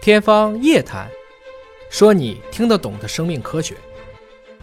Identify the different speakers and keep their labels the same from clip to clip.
Speaker 1: 天方夜谭，说你听得懂的生命科学。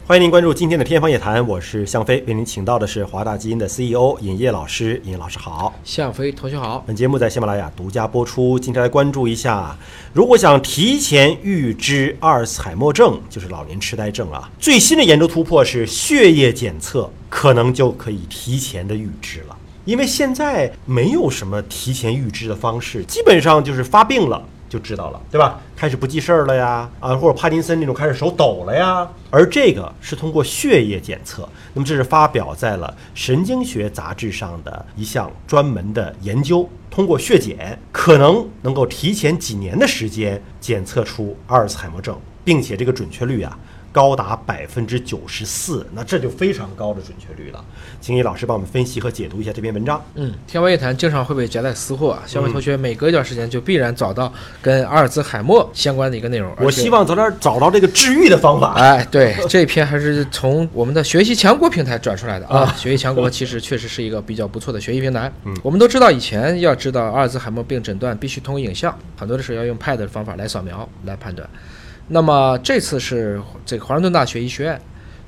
Speaker 2: 欢迎您关注今天的《天方夜谭》，我是向飞，为您请到的是华大基因的 CEO 尹烨老师。尹老师好，
Speaker 1: 向飞同学好，
Speaker 2: 本节目在喜马拉雅独家播出。今天来关注一下，如果想提前预知阿尔茨海默症，就是老年痴呆症啊，最新的研究突破是血液检测可能就可以提前的预知了。因为现在没有什么提前预知的方式，基本上就是发病了。就知道了，对吧？开始不记事儿了呀，啊，或者帕金森那种开始手抖了呀。而这个是通过血液检测，那么这是发表在了《神经学杂志》上的一项专门的研究，通过血检可能能够提前几年的时间检测出阿尔茨海默症，并且这个准确率啊高达百分之九十四，那这就非常高的准确率了。请尹老师帮我们分析和解读一下这篇文章。
Speaker 1: 嗯，天方夜谭经常会被夹带私货啊，小伟同学每隔一段时间就必然找到跟阿尔兹海默相关的一个内容。而
Speaker 2: 我
Speaker 1: 且
Speaker 2: 希望早点找到这个治愈的方法。
Speaker 1: 哎，对，这篇还是从我们的学习强国平台转出来的啊。学习强国其实确实是一个比较不错的学习平台。嗯，我们都知道，以前要知道阿尔兹海默病诊断，必须通过影像，很多的时候要用 PET 的方法来扫描来判断。那么这次是这个华盛顿大学医学院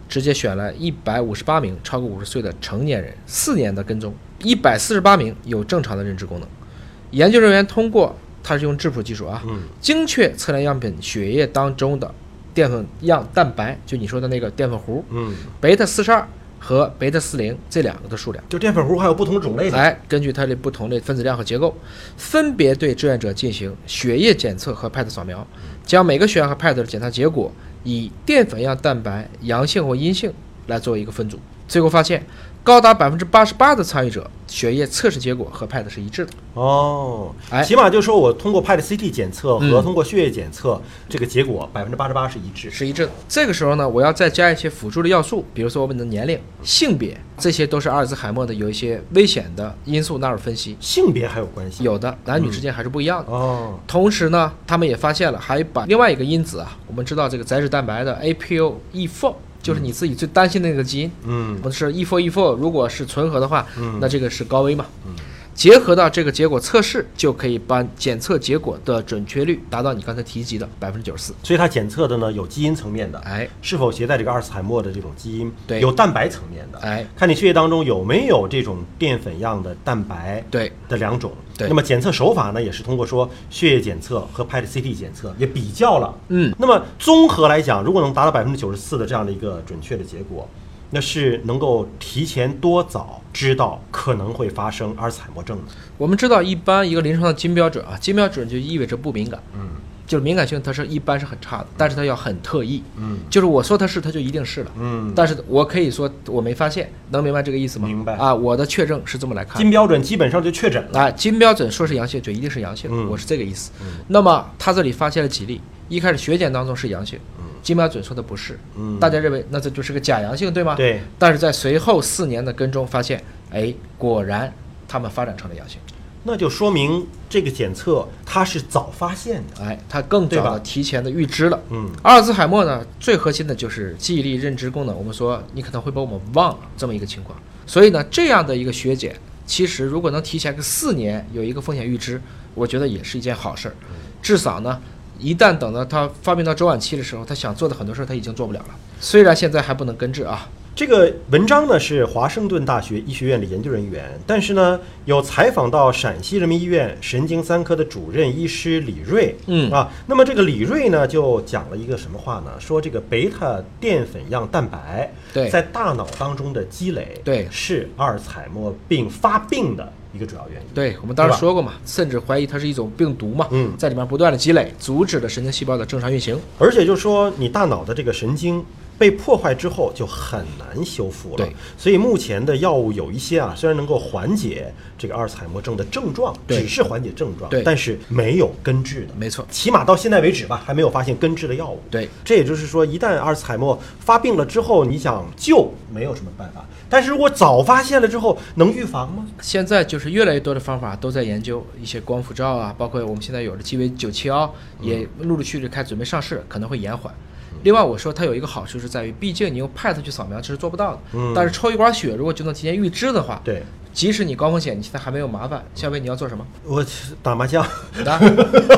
Speaker 1: 直接选了一百五十八名超过五十岁的成年人，四年的跟踪，一百四十八名有正常的认知功能。研究人员通过，它是用质谱技术啊，
Speaker 2: 嗯
Speaker 1: 精确测量样本血液当中的淀粉样蛋白，就你说的那个淀粉糊，
Speaker 2: 嗯。
Speaker 1: 贝塔四十二和贝塔四零这两个的数量。
Speaker 2: 就淀粉糊还有不同种类的。
Speaker 1: 哎，根据它的不同的分子量和结构，分别对志愿者进行血液检测和 PET 扫描，将每个血样和 PET 的检测结果以淀粉样蛋白阳性或阴性来作为一个分组。最后发现，高达百分之八十八的参与者血液测试结果和 PET 是一致的。
Speaker 2: 哦
Speaker 1: 哎，
Speaker 2: 起码就是说我通过 PET CT 检测和
Speaker 1: 嗯
Speaker 2: 通过血液检测，这个结果百分之八十八是一致。
Speaker 1: 是一致的。这个时候呢，我要再加一些辅助的要素，比如说我们的年龄、性别，这些都是阿尔兹海默的有一些危险的因素纳入分析。
Speaker 2: 性别还有关系？
Speaker 1: 有的男女之间还是不一样的。
Speaker 2: 哦，
Speaker 1: 同时呢，他们也发现了，还把另外一个因子啊，我们知道这个载脂蛋白的 APOE4，就是 E 你自己最担心的那个基因，
Speaker 2: 嗯
Speaker 1: 我们是 E E4E4，如果是纯合的话，
Speaker 2: 嗯
Speaker 1: 那这个是高危嘛。
Speaker 2: 嗯
Speaker 1: 结合到这个结果测试，就可以把检测结果的准确率达到你刚才提及的百分之九十四。
Speaker 2: 所以它检测的呢有基因层面的，
Speaker 1: 哎
Speaker 2: 是否携带这个阿尔茨海默的这种基因？
Speaker 1: 对
Speaker 2: 有蛋白层面的，
Speaker 1: 哎，
Speaker 2: 看你血液当中有没有这种淀粉样的蛋白
Speaker 1: 对，
Speaker 2: 的两种。
Speaker 1: 对
Speaker 2: 那么检测手法呢，也是通过说血液检测和 PET CT 检测也比较了。
Speaker 1: 嗯，
Speaker 2: 那么综合来讲，如果能达到百分之九十四的这样的一个准确的结果，那是能够提前多早知道可能会发生阿尔茨海默症的。
Speaker 1: 我们知道，一般一个临床的金标准啊，金标准就意味着不敏感，
Speaker 2: 嗯
Speaker 1: 就是敏感性它是一般是很差的，但是它要很特异，
Speaker 2: 嗯
Speaker 1: 就是我说它是，它就一定是了。
Speaker 2: 嗯，
Speaker 1: 但是我可以说我没发现，能明白这个意思吗？
Speaker 2: 明白
Speaker 1: 啊，我的确证是这么来看的。
Speaker 2: 金标准基本上就确诊了。
Speaker 1: 啊，金标准说是阳性就一定是阳性，
Speaker 2: 嗯
Speaker 1: 我是这个意思。那么他这里发现了几例，一开始血检当中是阳性，金标准说的不是，
Speaker 2: 嗯
Speaker 1: 大家认为那这就是个假阳性，对吗？
Speaker 2: 对。
Speaker 1: 但是在随后四年的跟踪发现，哎，果然他们发展成了阳性，
Speaker 2: 那就说明这个检测它是早发现的。
Speaker 1: 哎，他更
Speaker 2: 对
Speaker 1: 早
Speaker 2: 吧
Speaker 1: 的提前的预知了。
Speaker 2: 嗯
Speaker 1: 阿尔兹海默呢，最核心的就是记忆力、认知功能。我们说你可能会把我们忘了这么一个情况，所以呢，这样的一个血检，其实如果能提前个四年有一个风险预知，我觉得也是一件好事儿。
Speaker 2: 嗯
Speaker 1: 至少呢，一旦等到他发病到周晚期的时候，他想做的很多事儿他已经做不了了。虽然现在还不能根治啊，
Speaker 2: 这个文章呢是华盛顿大学医学院的研究人员，但是呢有采访到陕西人民医院神经三科的主任医师李锐，
Speaker 1: 嗯
Speaker 2: 啊，那么这个李锐呢就讲了一个什么话呢？说这个贝塔淀粉样蛋白
Speaker 1: 对
Speaker 2: 在大脑当中的积累，
Speaker 1: 对
Speaker 2: 是阿尔茨海默病发病的一个主要原因。
Speaker 1: 对我们当时
Speaker 2: 对吧
Speaker 1: 说过嘛，甚至怀疑它是一种病毒嘛，
Speaker 2: 嗯
Speaker 1: 在里面不断的积累，阻止了神经细胞的正常运行。
Speaker 2: 而且就是说，你大脑的这个神经被破坏之后就很难修复了
Speaker 1: 对。
Speaker 2: 所以目前的药物有一些啊，虽然能够缓解这个阿尔茨海默症的症状，
Speaker 1: 对
Speaker 2: 只是缓解症状
Speaker 1: 对，
Speaker 2: 但是没有根治的。
Speaker 1: 没错，
Speaker 2: 起码到现在为止吧，还没有发现根治的药物。
Speaker 1: 对，
Speaker 2: 这也就是说，一旦阿尔茨海默发病了之后，你想救没有什么办法。但是如果早发现了之后，能预防吗？
Speaker 1: 现在就是越来越多的方法都在研究一些光伏
Speaker 2: 嗯
Speaker 1: 照啊，包括我们现在有的 GV 九七幺也陆陆续续开始准备上市，可能会延缓。另外，我说它有一个好处是在于，毕竟你用 PET 去扫描这是做不到的，
Speaker 2: 嗯
Speaker 1: 但是抽一管血如果就能提前预知的话，
Speaker 2: 对，
Speaker 1: 即使你高风险，你现在还没有麻烦，下回你要做什 么？
Speaker 2: 我打麻将
Speaker 1: 啊，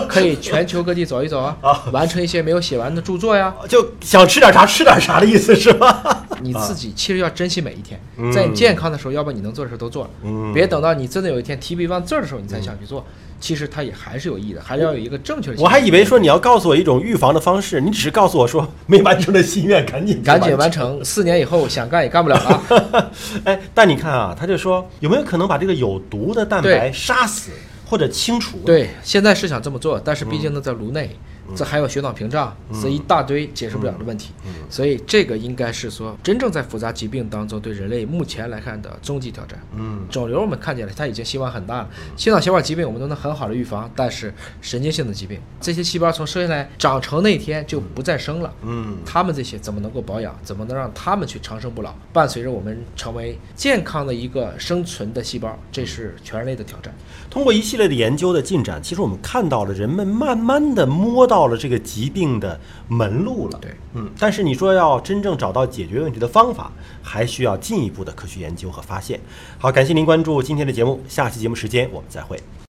Speaker 1: 可以全球各地走一走啊，完成一些没有写完的著作呀。
Speaker 2: 就想吃点啥吃点啥的意思是吧？
Speaker 1: 你自己其实要珍惜每一天
Speaker 2: 啊嗯，
Speaker 1: 在你健康的时候，要不然你能做的事都做了
Speaker 2: 嗯，
Speaker 1: 别等到你真的有一天提不上劲儿的时候，你才想去做。其实它也还是有意义的，还是要有一个正确的。
Speaker 2: 我还以为说你要告诉我一种预防的方式，你只是告诉我说没完成的心愿赶紧去
Speaker 1: 赶紧
Speaker 2: 完
Speaker 1: 完成，四年以后想干也干不了啊了。
Speaker 2: 成。哎，但你看啊，他就说有没有可能把这个有毒的蛋白
Speaker 1: 对
Speaker 2: 杀死或者清除？，
Speaker 1: 对，现在是想这么做，但是毕竟呢在炉内，
Speaker 2: 嗯
Speaker 1: 这还有血脑屏障，这一大堆解释不了的问题，
Speaker 2: 嗯
Speaker 1: 所以这个应该是说真正在复杂疾病当中对人类目前来看的终极挑战。
Speaker 2: 嗯，
Speaker 1: 肿瘤我们看见了，它已经希望很大了，心脑血管疾病我们都能很好的预防，但是神经性的疾病，这些细胞从生下来长成那天就不再生了。
Speaker 2: 嗯，
Speaker 1: 他们这些怎么能够保养？怎么能让他们去长生不老，伴随着我们成为健康的一个生存的细胞？这是全人类的挑战。
Speaker 2: 通过一系列的研究的进展，其实我们看到了人们慢慢的摸到了这个疾病的门路了。
Speaker 1: 对，
Speaker 2: 嗯，但是你说要真正找到解决问题的方法，还需要进一步的科学研究和发现。好，感谢您关注今天的节目，下期节目时间我们再会。